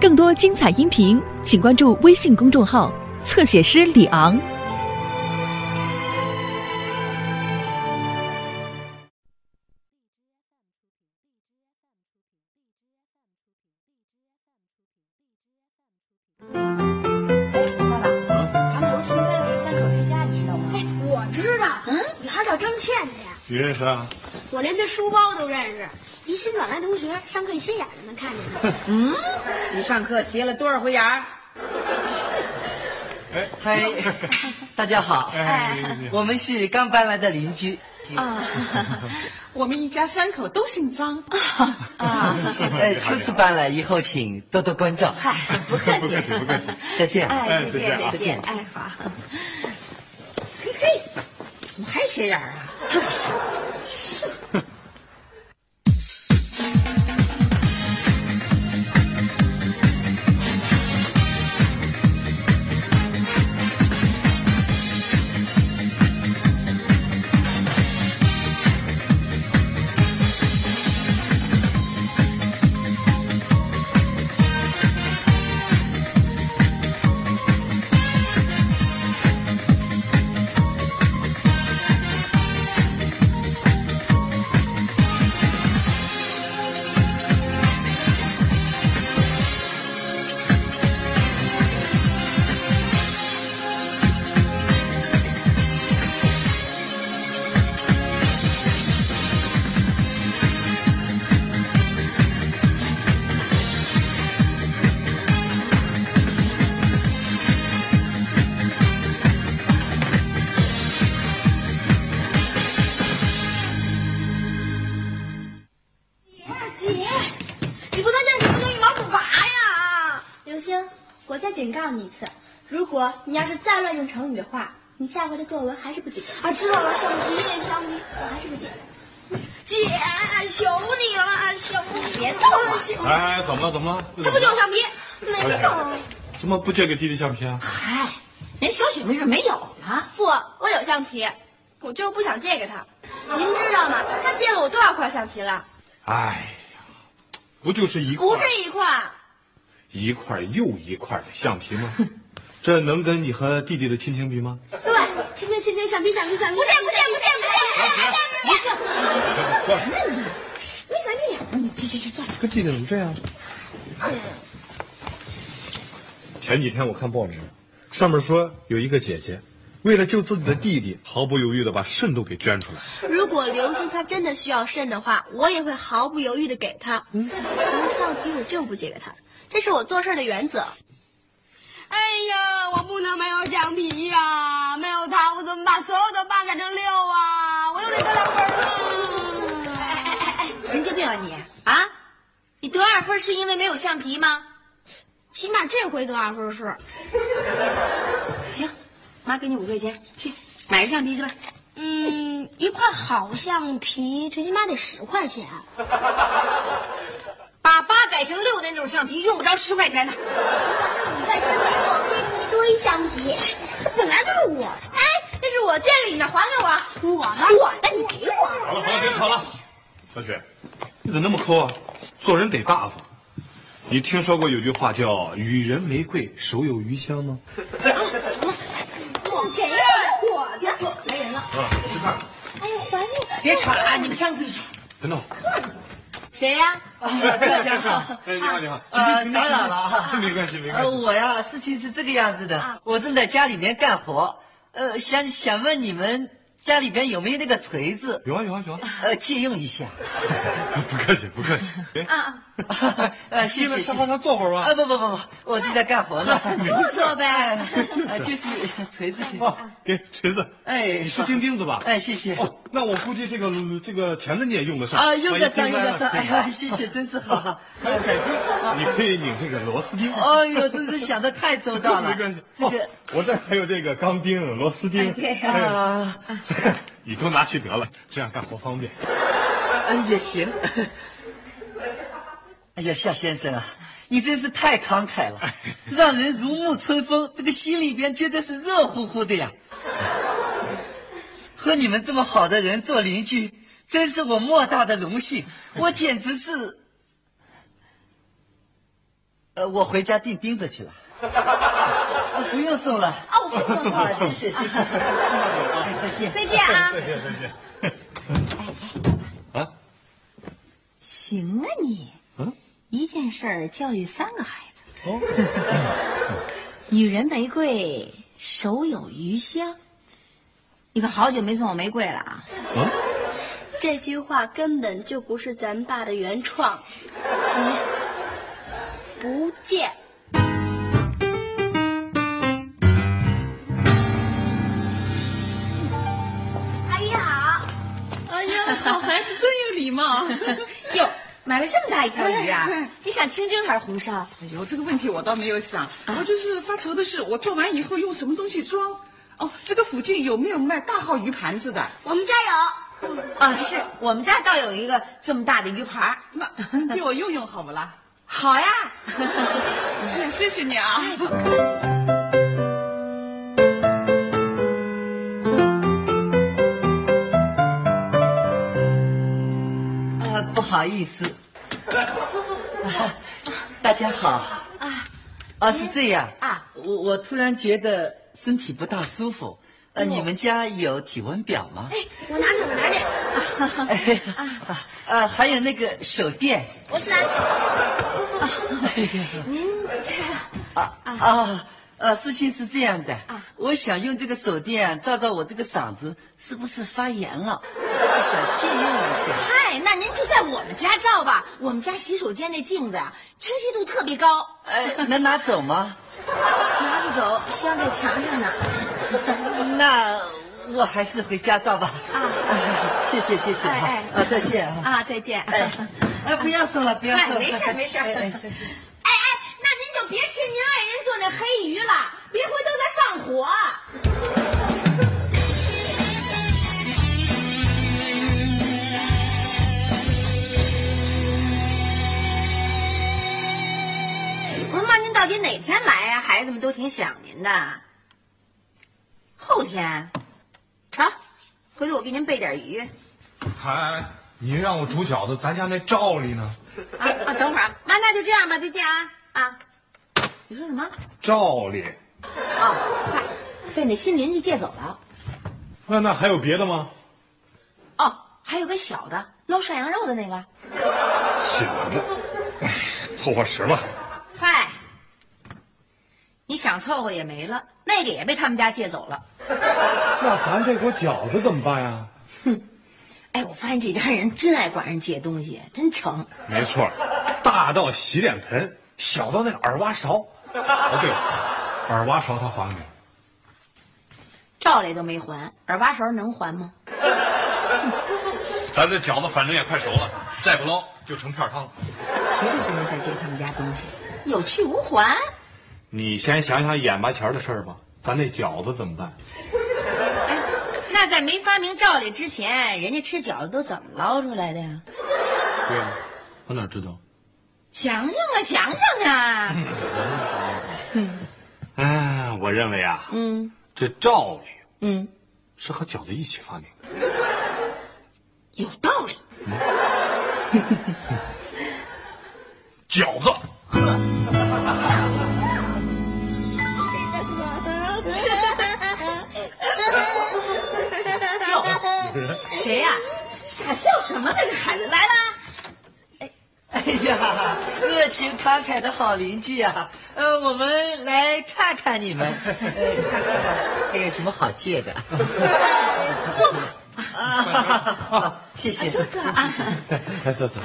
更多精彩音频，请关注微信公众号“侧写师李昂爸爸，咱们从新搬回三口之家，你知道吗？我知道，嗯，女孩叫张倩倩，你认识啊？我连她书包都认识，一新转来同学，上课一斜眼就能看见 她。你上课斜了多少回眼儿？ 嗨，大家好，哎，你我们是刚搬来的邻居。我们一家三口都姓 张，啊呃，初次搬来，以后请多多关照。嗨，不客气，不客气再见。哎，再哎再见见，啊再见，哎，好，嘿嘿，怎么还斜眼儿啊？这是。姐，你不能见什么就一毛不拔呀！刘星，我再警告你一次，如果你要是再乱用成语的话，你下回的作文还是不及格。啊，知道了，橡皮，橡皮，我还是不及格。姐，求你了，求你，别逗我求你哎，怎么了？怎么了？他不叫橡皮，哎呀怎么不借给弟弟橡皮啊？嗨，人小雪妹是没有了，不，我有橡皮，我就是不想借给他。您知道吗？他借了我多少块橡皮了？哎呀，不就是一块不是一块。一块又一块的橡皮吗？ 这能跟你和弟弟的亲情比吗？对，亲亲亲亲，橡皮橡皮橡皮，不借不借不借不借不借不借。哎跟弟弟怎么这样？哎前几天我看报纸，上面说有一个姐姐，为了救自己的弟弟，毫不犹豫的把肾都给捐出 来。如果刘星他真的需要肾的话，我也会毫不犹豫的给他。嗯，除了橡皮，我就不借给他，这是我做事的原则。哎呀，我不能没有橡皮呀、没有它，我怎么把所有的八改成六啊？我又得得两分儿啊！神经病啊你！啊，你得二分是因为没有橡皮吗？起码这回得二分是。行，妈给你五块钱，去买个橡皮去吧。嗯，一块好橡皮最起码得十块钱。把八改成六的那种橡皮，用不着十块钱的。再先买这堆橡皮，这本来就是我。哎，那是我借给你的，还给我。我的，我的，你给好我。了好了，别吵了。小雪，你怎么那么抠啊？做人得大方。你听说过有句话叫“与人玫瑰，手有余香”吗？我给我，我的，啊别吵了啊！你们三个闭嘴。别哎闹！谁呀、大家好。哎，你好，你好。呃，打扰了啊。 没关系，没关呃，系。啊我呀，事情是这个样子的，我正在家里面干活，呃，想想问你们家里边有没有那个锤子，有啊，有啊，有啊。 呃，借用一下。不客气，不客气。哎，呃，啊谢谢谢沙发谢。上坐会儿吧啊。不不不不，我正在干 活呢。不说呗， 呃就是锤子钱。哦，给锤子。啊哎，是钉钉子吧？哎，谢谢。哦，那我估计这个这个钳子你也用得上啊，用得上，万一钉用歪了得上，哎呀， 谢谢，真是 好。还有改 钉，你可以拧这个螺丝钉。 哎呦，真是想的太周到了。没关系。这个哎哦我这还有这个钢钉、螺丝钉。对啊， 你都拿去得了，这样干活方便。嗯，也行。哎呀，夏先生啊，你真是太慷慨了，让人如沐春风，这个心里边觉得是热乎乎的呀。和你们这么好的人做邻居，真是我莫大的荣幸，我简直是。呃，我回家钉钉子去了。 啊，不用送了。啊，哦我送不送？啊，谢谢谢谢。 哎，再见。再见啊！再见再见。啊，行啊你，一件事儿教育三个孩子。 女人玫瑰，手有余香。你可好久没送我玫瑰了啊！这句话根本就不是咱爸的原创。你不见。阿姨好，哎呀， 好孩子真有礼貌。 哟，买了这么大一条 鱼啊！你想清蒸还是红烧？哎呦，这个问题我倒没有啊想，我就是发愁的是，我做完以后用什么东西装？哦，这个附近有没有卖大号鱼盘子的？我们家有。啊，是我们家倒有一个这么大的鱼盘儿那借我用用好不啦？好呀。 哎呀，谢谢你啊！哎呃 啊，不好意思。啊大家好。啊啊，是这样啊，我我突然觉得身体不大舒服。呃，你们家有体温表吗？ 我拿去，我拿去。哎啊啊，还有那个手电。我是拿。啊啊呃，事情是这样的，我想用这个手电啊照照我这个嗓子是不是发炎了，我想借用一下。嗨，那您就在我们家照吧。我们家洗手间那镜子啊，清晰度特别高，哎， 能拿走吗？拿不走，镶在墙上呢。那我还是回家照吧。嗯啊， 谢谢谢谢啊哎，啊再见啊。啊，再见。哎，哎，不要送了，不要送了。哎没事没事哎哎，再见。哎哎，那您就别吃您爱人做那黑鱼了，别回头再上火。不是妈，您到底哪天来呀、孩子们都挺想您的。后天，成，回头我给您备点鱼。还你让我煮饺子，咱家那照例呢？啊啊，等会儿啊，妈，那就这样吧，再见啊啊！你说什么？照例？哦，嗨，被那新邻居借走了。那那还有别的吗？哦，还有个小的捞涮羊肉的那个。小子，凑合使吧。嗨，你想凑合也没了，那个也被他们家借走了。那咱这锅饺子怎么办啊呀？哎，我发现这家人真爱管人借东西，真成。没错儿，大到洗脸盆，小到那耳挖勺。 哦，对了，耳挖勺他还给你。照来都没还，耳挖勺能还吗？咱这饺子反正也快熟了，再不捞就成片汤了。绝对不能再借他们家东西，有去无还。你先想想眼巴前儿的事儿吧，咱那饺子怎么办？那在没发明照例之前，人家吃饺子都怎么捞出来的呀？对啊，我哪知道？想想啊，想想啊！嗯嗯哎，我认为啊，嗯，这照理，嗯，是和饺子一起发明的。嗯有道理，饺子，谁呀、傻笑什么呢？这孩子来啦！哎呀，热情慷慨的好邻居啊！呃，我们来看看你们，呃，看看还有什么好借的。坐吧。啊，谢谢。坐坐啊。哎，走走走，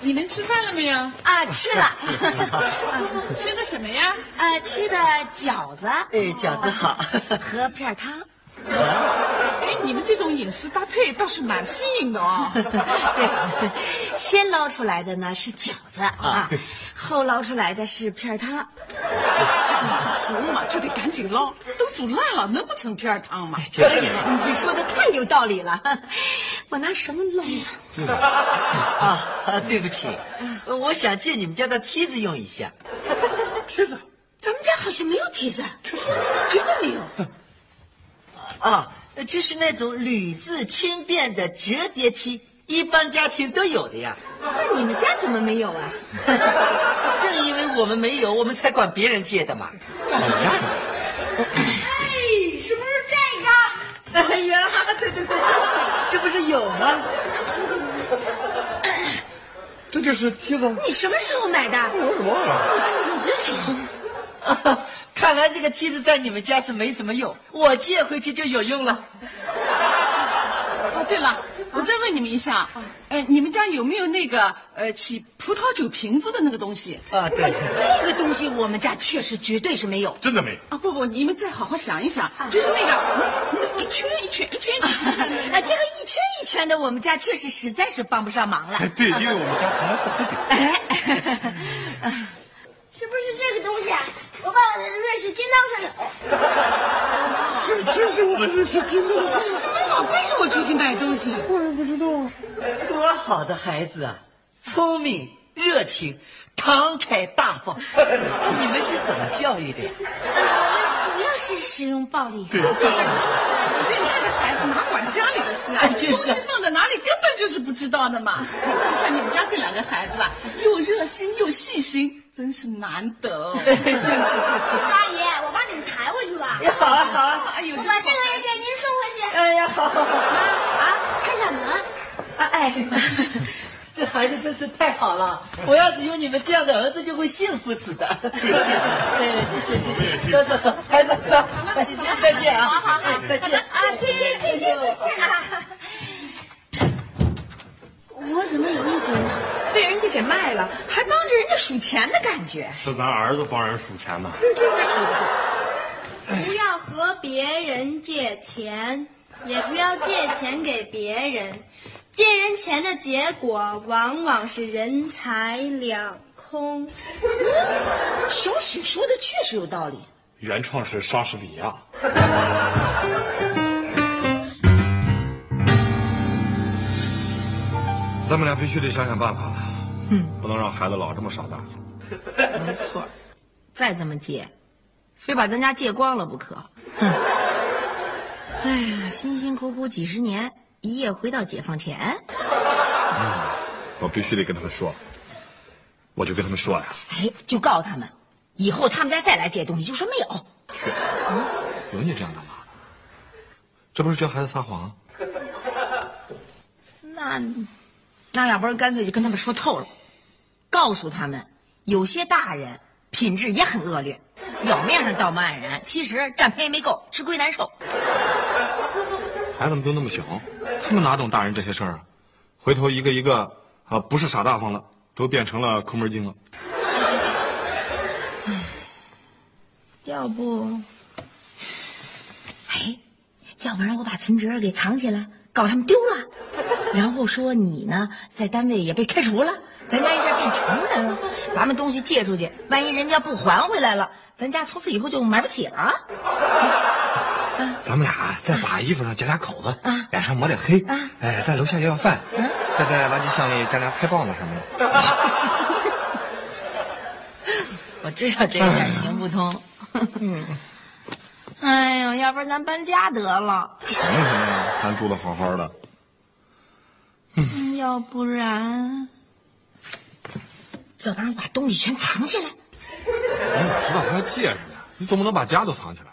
你们吃饭了没有？啊，吃了，吃的什么呀？呃啊，吃的饺子哎，饺子好。和片儿汤。哎，你们这种饮食搭配倒是蛮新颖的哦。 对，先捞出来的呢是饺子啊，后捞出来的是片儿汤。熟嘛，就得赶紧捞，都煮烂了，能不成片儿汤吗？哎就是你说的太有道理 了，我拿什么捞呀？啊啊，对不起，呃我想借你们家的梯子用一下。是的，咱们家好像没有梯子，绝对没有。啊，呃就是那种铝制轻便的折叠梯，一般家庭都有的呀。那你们家怎么没有啊？正因为我们没有，我们才管别人借的 嘛。哎，是不是这个？哎呀，对对对，这这不是有 吗？这就是贴子。你什么时候买的？啊 看来这个梯子在你们家是没什么用，我借回去就有用了。哦，对了，我再问你们一下，哎，你们家有没有那个呃起葡萄酒瓶子的那个东西？啊，对，这个东西我们家确实绝对是没有。 真的没有。啊，不不，你们再好好想一想，啊就是那个那个一圈一圈一圈一圈。哎，这个一圈一圈的，我们家确实实在是帮不上忙了。哎，对，因为我们家从来不喝酒。 是不是这个东西啊？我爸爸的瑞士金刚上有。这真是我们认识真的。什么老背着我出去买东西？多好的孩子啊，聪明、热情、慷慨大方， 你们是怎么教育的呀？主要是使用暴力。对，真的现在的孩子哪管家里的事啊？哎东真是西放在哪里根本就是不知道的嘛。像你们家这两个孩子啊，又热心又细心，真是难得哦。阿姨，我把你们抬回去吧。好啊，好啊，哎呦，我真把这个人给您送回去。哎呀，好好好，妈啊，开下门。 这孩子真是太好了！我要是有你们这样的儿子，就会幸福死的。 哎，谢谢谢谢，走走走，孩子走，哎再见啊，好好好，再见啊，再见再见再见。我怎么有一种被人家给卖了，还帮着人家数钱的感觉？是咱儿子帮人数钱呢。不要和别人借钱，也不要借钱给别人。借人钱的结果往往是人财两空。小雪说的确实有道理。原创是莎士比亚。咱们俩必须得想想办法了，嗯，不能让孩子老这么耍大方。没错，再这么借，非把咱家借光了不可。哎呀，辛辛苦苦几十年，一夜回到解放前。我必须得跟他们说，我就跟他们说呀，哎，就告诉他们，以后他们家再来借东西，就说没有。去，有你这样干嘛？这不是教孩子撒谎？那，那要不然干脆就跟他们说透了，告诉他们，有些大人品质也很恶劣，表面上道貌岸然，其实占便宜没够，吃亏难受。孩子们都那么小，他们哪懂大人这些事儿啊？回头一个一个啊，不是傻大方了，都变成了抠门精了。要不，哎，要不然我把存折给藏起来，告他们丢了，然后说你呢在单位也被开除了，咱家一下变穷人了，咱们东西借出去，万一人家不还回来了，咱家从此以后就买不起了。咱们俩再把衣服上夹夹口子，脸上抹点黑，哎，在楼下要要饭，再在垃圾箱里加加菜棒子什么的。我知道这一点行不通。哎呦，要不然咱搬家得了，凭什么呀？咱住的好好的，嗯要不然，要不然我把东西全藏起来。你哪知道他要借什么呀？你总不能把家都藏起来吧？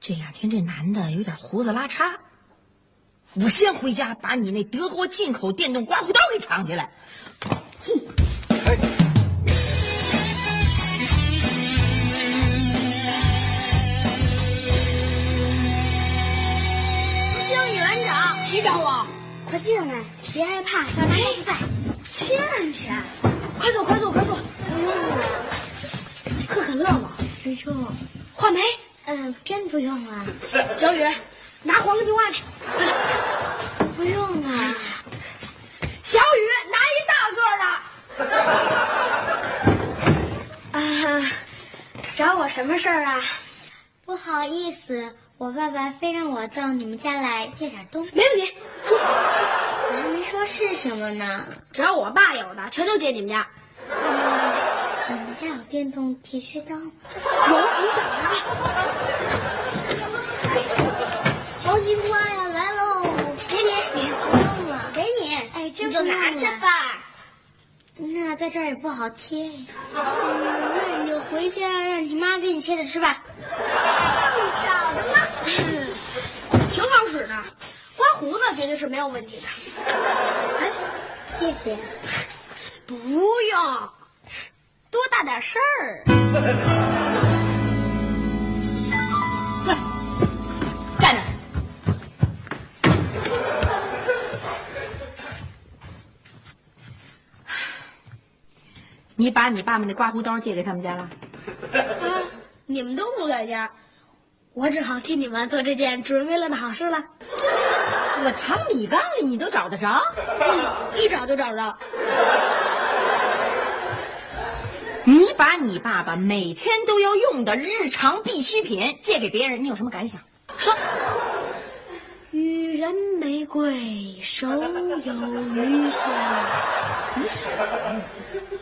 这两天这男的有点胡子拉碴，我先回家把你那德国进口电动刮胡刀给藏起来。星宇园长，谁找我？快进来，别害怕，大妈都不在。亲去，快走，快走，快走！喝嗯可乐吗？不用。话梅，嗯，真不用啊。小雨，拿黄瓜牛蛙去，快点。不用啊。小雨，拿一大个的。 啊，找我什么事儿啊？不好意思，我爸爸非让我到你们家来借点东西，没问题，说。我还没说是什么呢。只要我爸有的，全都借你们家。你们家有电动剃须刀吗？有，你等着啊！黄金瓜呀，来喽！给你，不用了，给你，哎，真你不就用拿着了。吧。那在这儿也不好切呀。哎那你就回家让你妈给你切着吃吧。找着了，挺好使的，刮胡子绝对是没有问题的。哎谢谢。不用，多大点事儿。站着去。你把你爸爸那刮胡刀借给他们家了？啊，你们都不在家，我只好替你们做这件助人为乐的好事了。我藏米缸里，你都找得着？一找就找着，你把你爸爸每天都要用的日常必需品借给别人，你有什么感想？说，予人玫瑰，手有余香。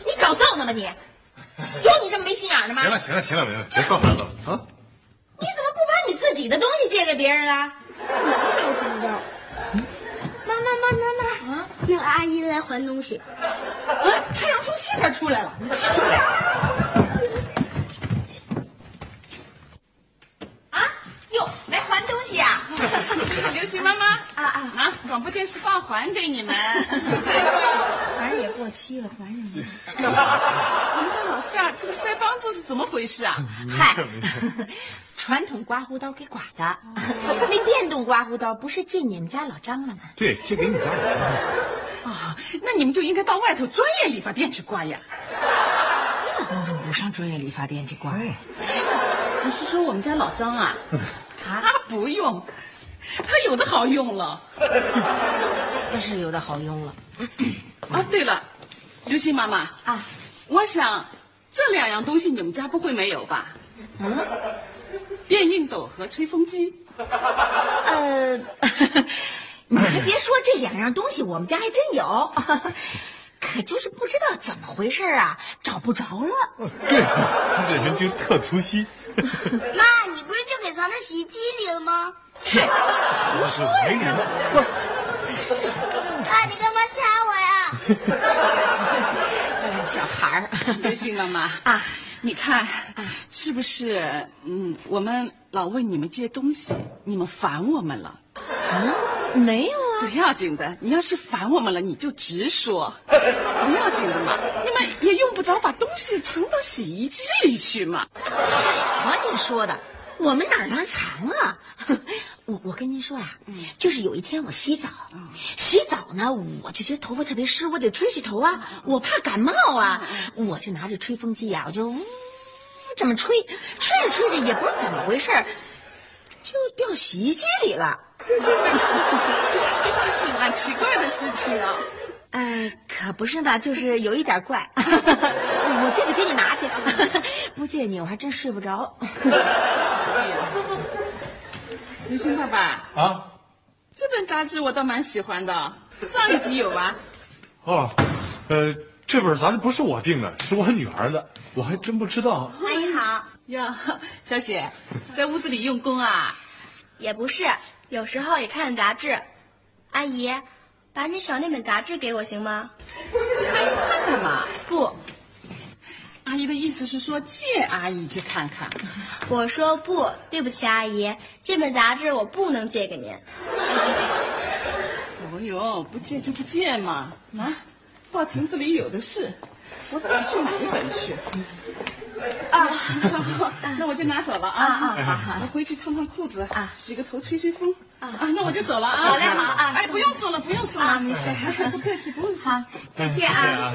你找揍呢吧你？有你这么没心眼儿的吗？行了行了行了，没了，别说孩子了啊！你怎么不把你自己的东西借给别人啊？妈妈妈嗯妈妈，那个阿姨来还东西。啊，太阳从西边出来了。啊，哟，来还东西啊？刘星妈妈啊啊，拿广播电视报还给你 们。反正也过期了，还人 我们家老师啊，这个腮帮子是怎么回事啊？嗨，传统刮胡刀给刮的，那电动刮胡刀不是借你们家老张了吗？对，借给你家人。啊，那你们就应该到外头专业理发店去刮呀。我怎么不上专业理发店去刮呀？你是说我们家老张啊？他不用，他有的好用了。这是有的好用了。啊，对了，刘星妈妈啊，我想这两样东西你们家不会没有吧？嗯，电熨斗和吹风机。 呃，你还别说，这两样东西我们家还真有，可就是不知道怎么回事啊，找不着了。对， 他这人就特粗心。妈，你不是就给藏在洗衣机里了吗？去，胡说爸，哎你干嘛掐我呀？哎，小孩儿，刘星妈妈啊，你看是不是？嗯，我们老问你们借东西，你们烦我们了。没有啊，不要紧的，你要是烦我们了，你就直 说，不要紧的嘛。你们也用不着把东西藏到洗衣机里去嘛。瞧你说的，我们哪儿能藏啊？ 我我跟您说呀、就是有一天我洗澡，洗澡呢，我就觉得头发特别湿，我得吹吹头啊，我怕感冒啊，我就拿着吹风机呀、我就呜这么吹，吹着吹着也不知道怎么回事儿，就掉洗衣机里了。这倒是蛮奇怪的事情啊。哎，可不是嘛，就是有一点怪。 我这个给你拿去， 不借你我还真睡不着。刘星爸爸，啊！这本杂志我倒蛮喜欢的，上一集有吧？哦，呃，这本杂志不是我订的，是我女儿的，我还真不知道。阿姨好，哟，小雪，在屋子里用功啊？也不是，有时候也看杂志。阿姨，把你手那本杂志给我行吗？这阿姨看看嘛。不，阿姨的意思是说借阿姨去看看。我说不，对不起，阿姨，这本杂志我不能借给您。哦哟，不借就不借嘛，啊，报亭子里有的是，我自己去买一本去。啊， 那我就拿走了啊啊！好，我回去烫烫裤子啊，洗个头，吹吹风啊啊！那我就走了啊！好嘞，好啊！哎，不用送了，不用送了，没事，不客气，不用送。再见啊！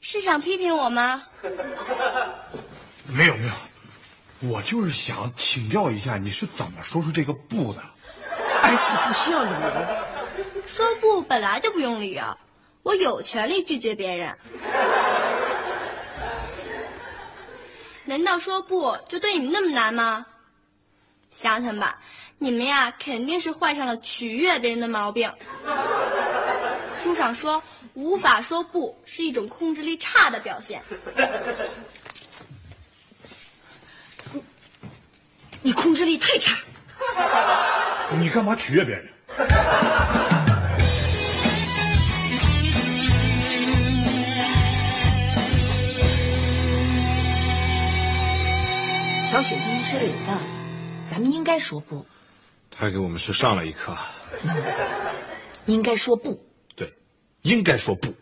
是想批评我吗？没有没有，我就是想请教一下，你是怎么说出这个“不”的？而且不需要理由。说不本来就不用理由，我有权利拒绝别人。难道说不就对你们那么难吗？想想吧，你们呀肯定是患上了取悦别人的毛病。书上说，无法说不是一种控制力差的表现。你控制力太差。你干嘛取悦别人？ 《小雪今天说的有道理，咱们应该说不，他给我们是上了一课，啊应该说不。对，应该说不。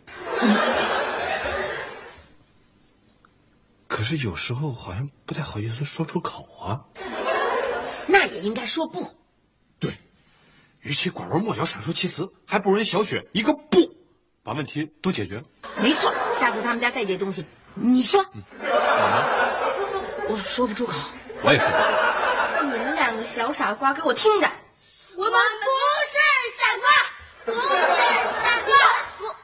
可是有时候好像不太好意思说出口啊。那也应该说不。对，与其拐弯抹角、闪烁其词，还不如人小雪一个不，把问题都解决了。没错，下次他们家再借东西，你说。我说不出口。我也说不。你们两个小傻瓜，给我听着！我们不是傻瓜，不是傻瓜。我，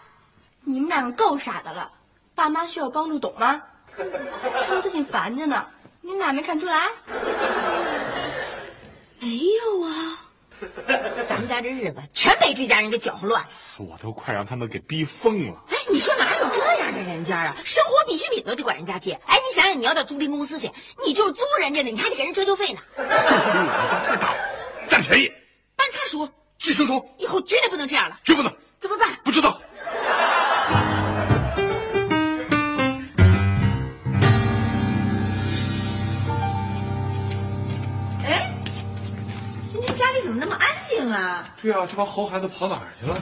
你们两个够傻的了。爸妈需要帮助，懂吗？他们最近烦着呢，你们俩没看出来？没有啊。咱们家这日子全被这家人给搅和乱。我都快让他们给逼疯了。哎，你说哪有这样的人家啊？生活必需品都得管人家借。哎，你想想，你要到租赁公司去，你就是租人家的，你还得给人车修费呢。这说明我们家太大方，占便宜，搬家叔，记清楚，以后绝对不能这样了，绝不能。怎么办？不知道。哎，今天家里怎么那么安静啊？对啊，这帮猴孩子跑哪儿去了？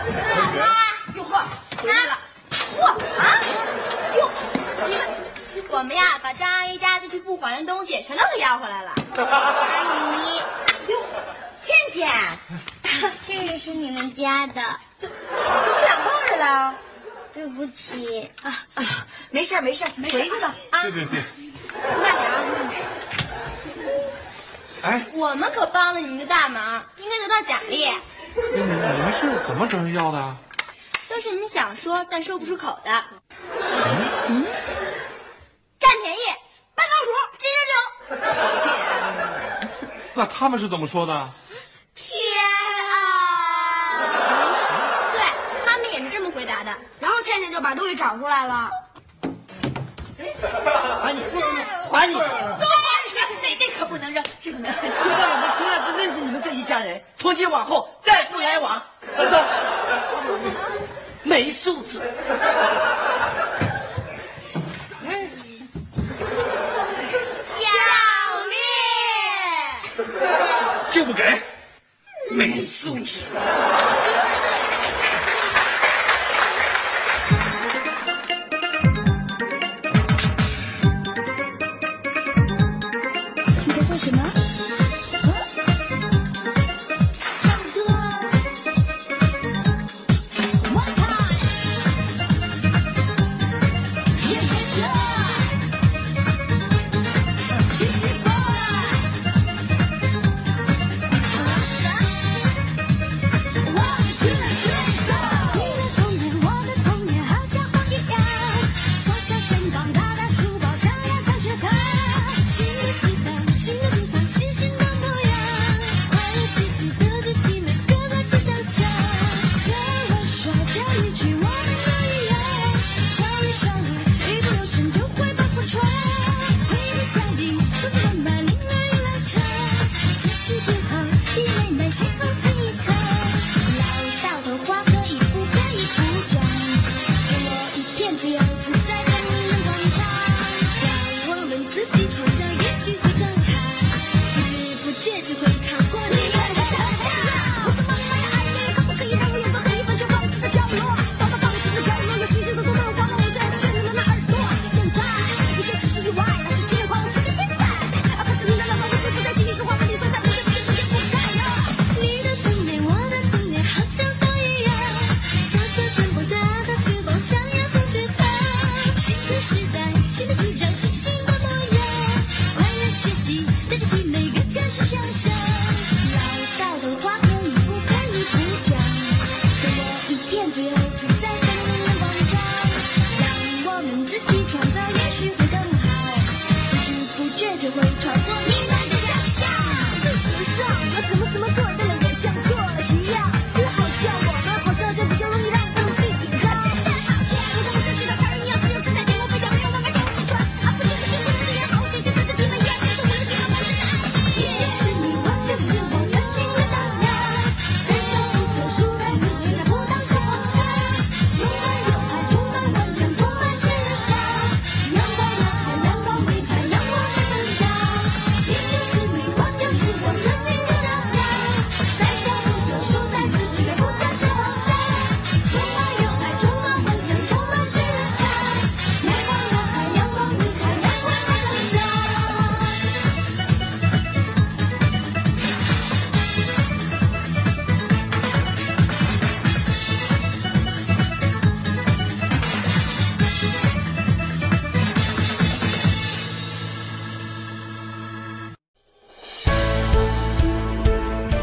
哎哟呵，回来了。嚯啊！哟，我们呀，把张阿姨家这去不还的东西全都给要回来了。阿姨，倩倩，哎这个是你们家的，怎么两块儿了？对不起。啊，没事儿没事儿，回去吧啊。对对对。慢点啊，慢点。哎，我们可帮了你们个大忙，应该得到奖励。你你们是怎么找人要的啊？都是你们想说但说不出口的。嗯占便宜，卖老鼠，金人流。那他们是怎么说的？天啊！对他们也是这么回答的，然后倩倩就把东西找出来了。还你，还你！这这这可不能扔，这不能扔。就当我们从来不认识你们这一家人，从今往后再不来往。走，没素质。奖励。就不给，没素质。你在做什么？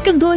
更多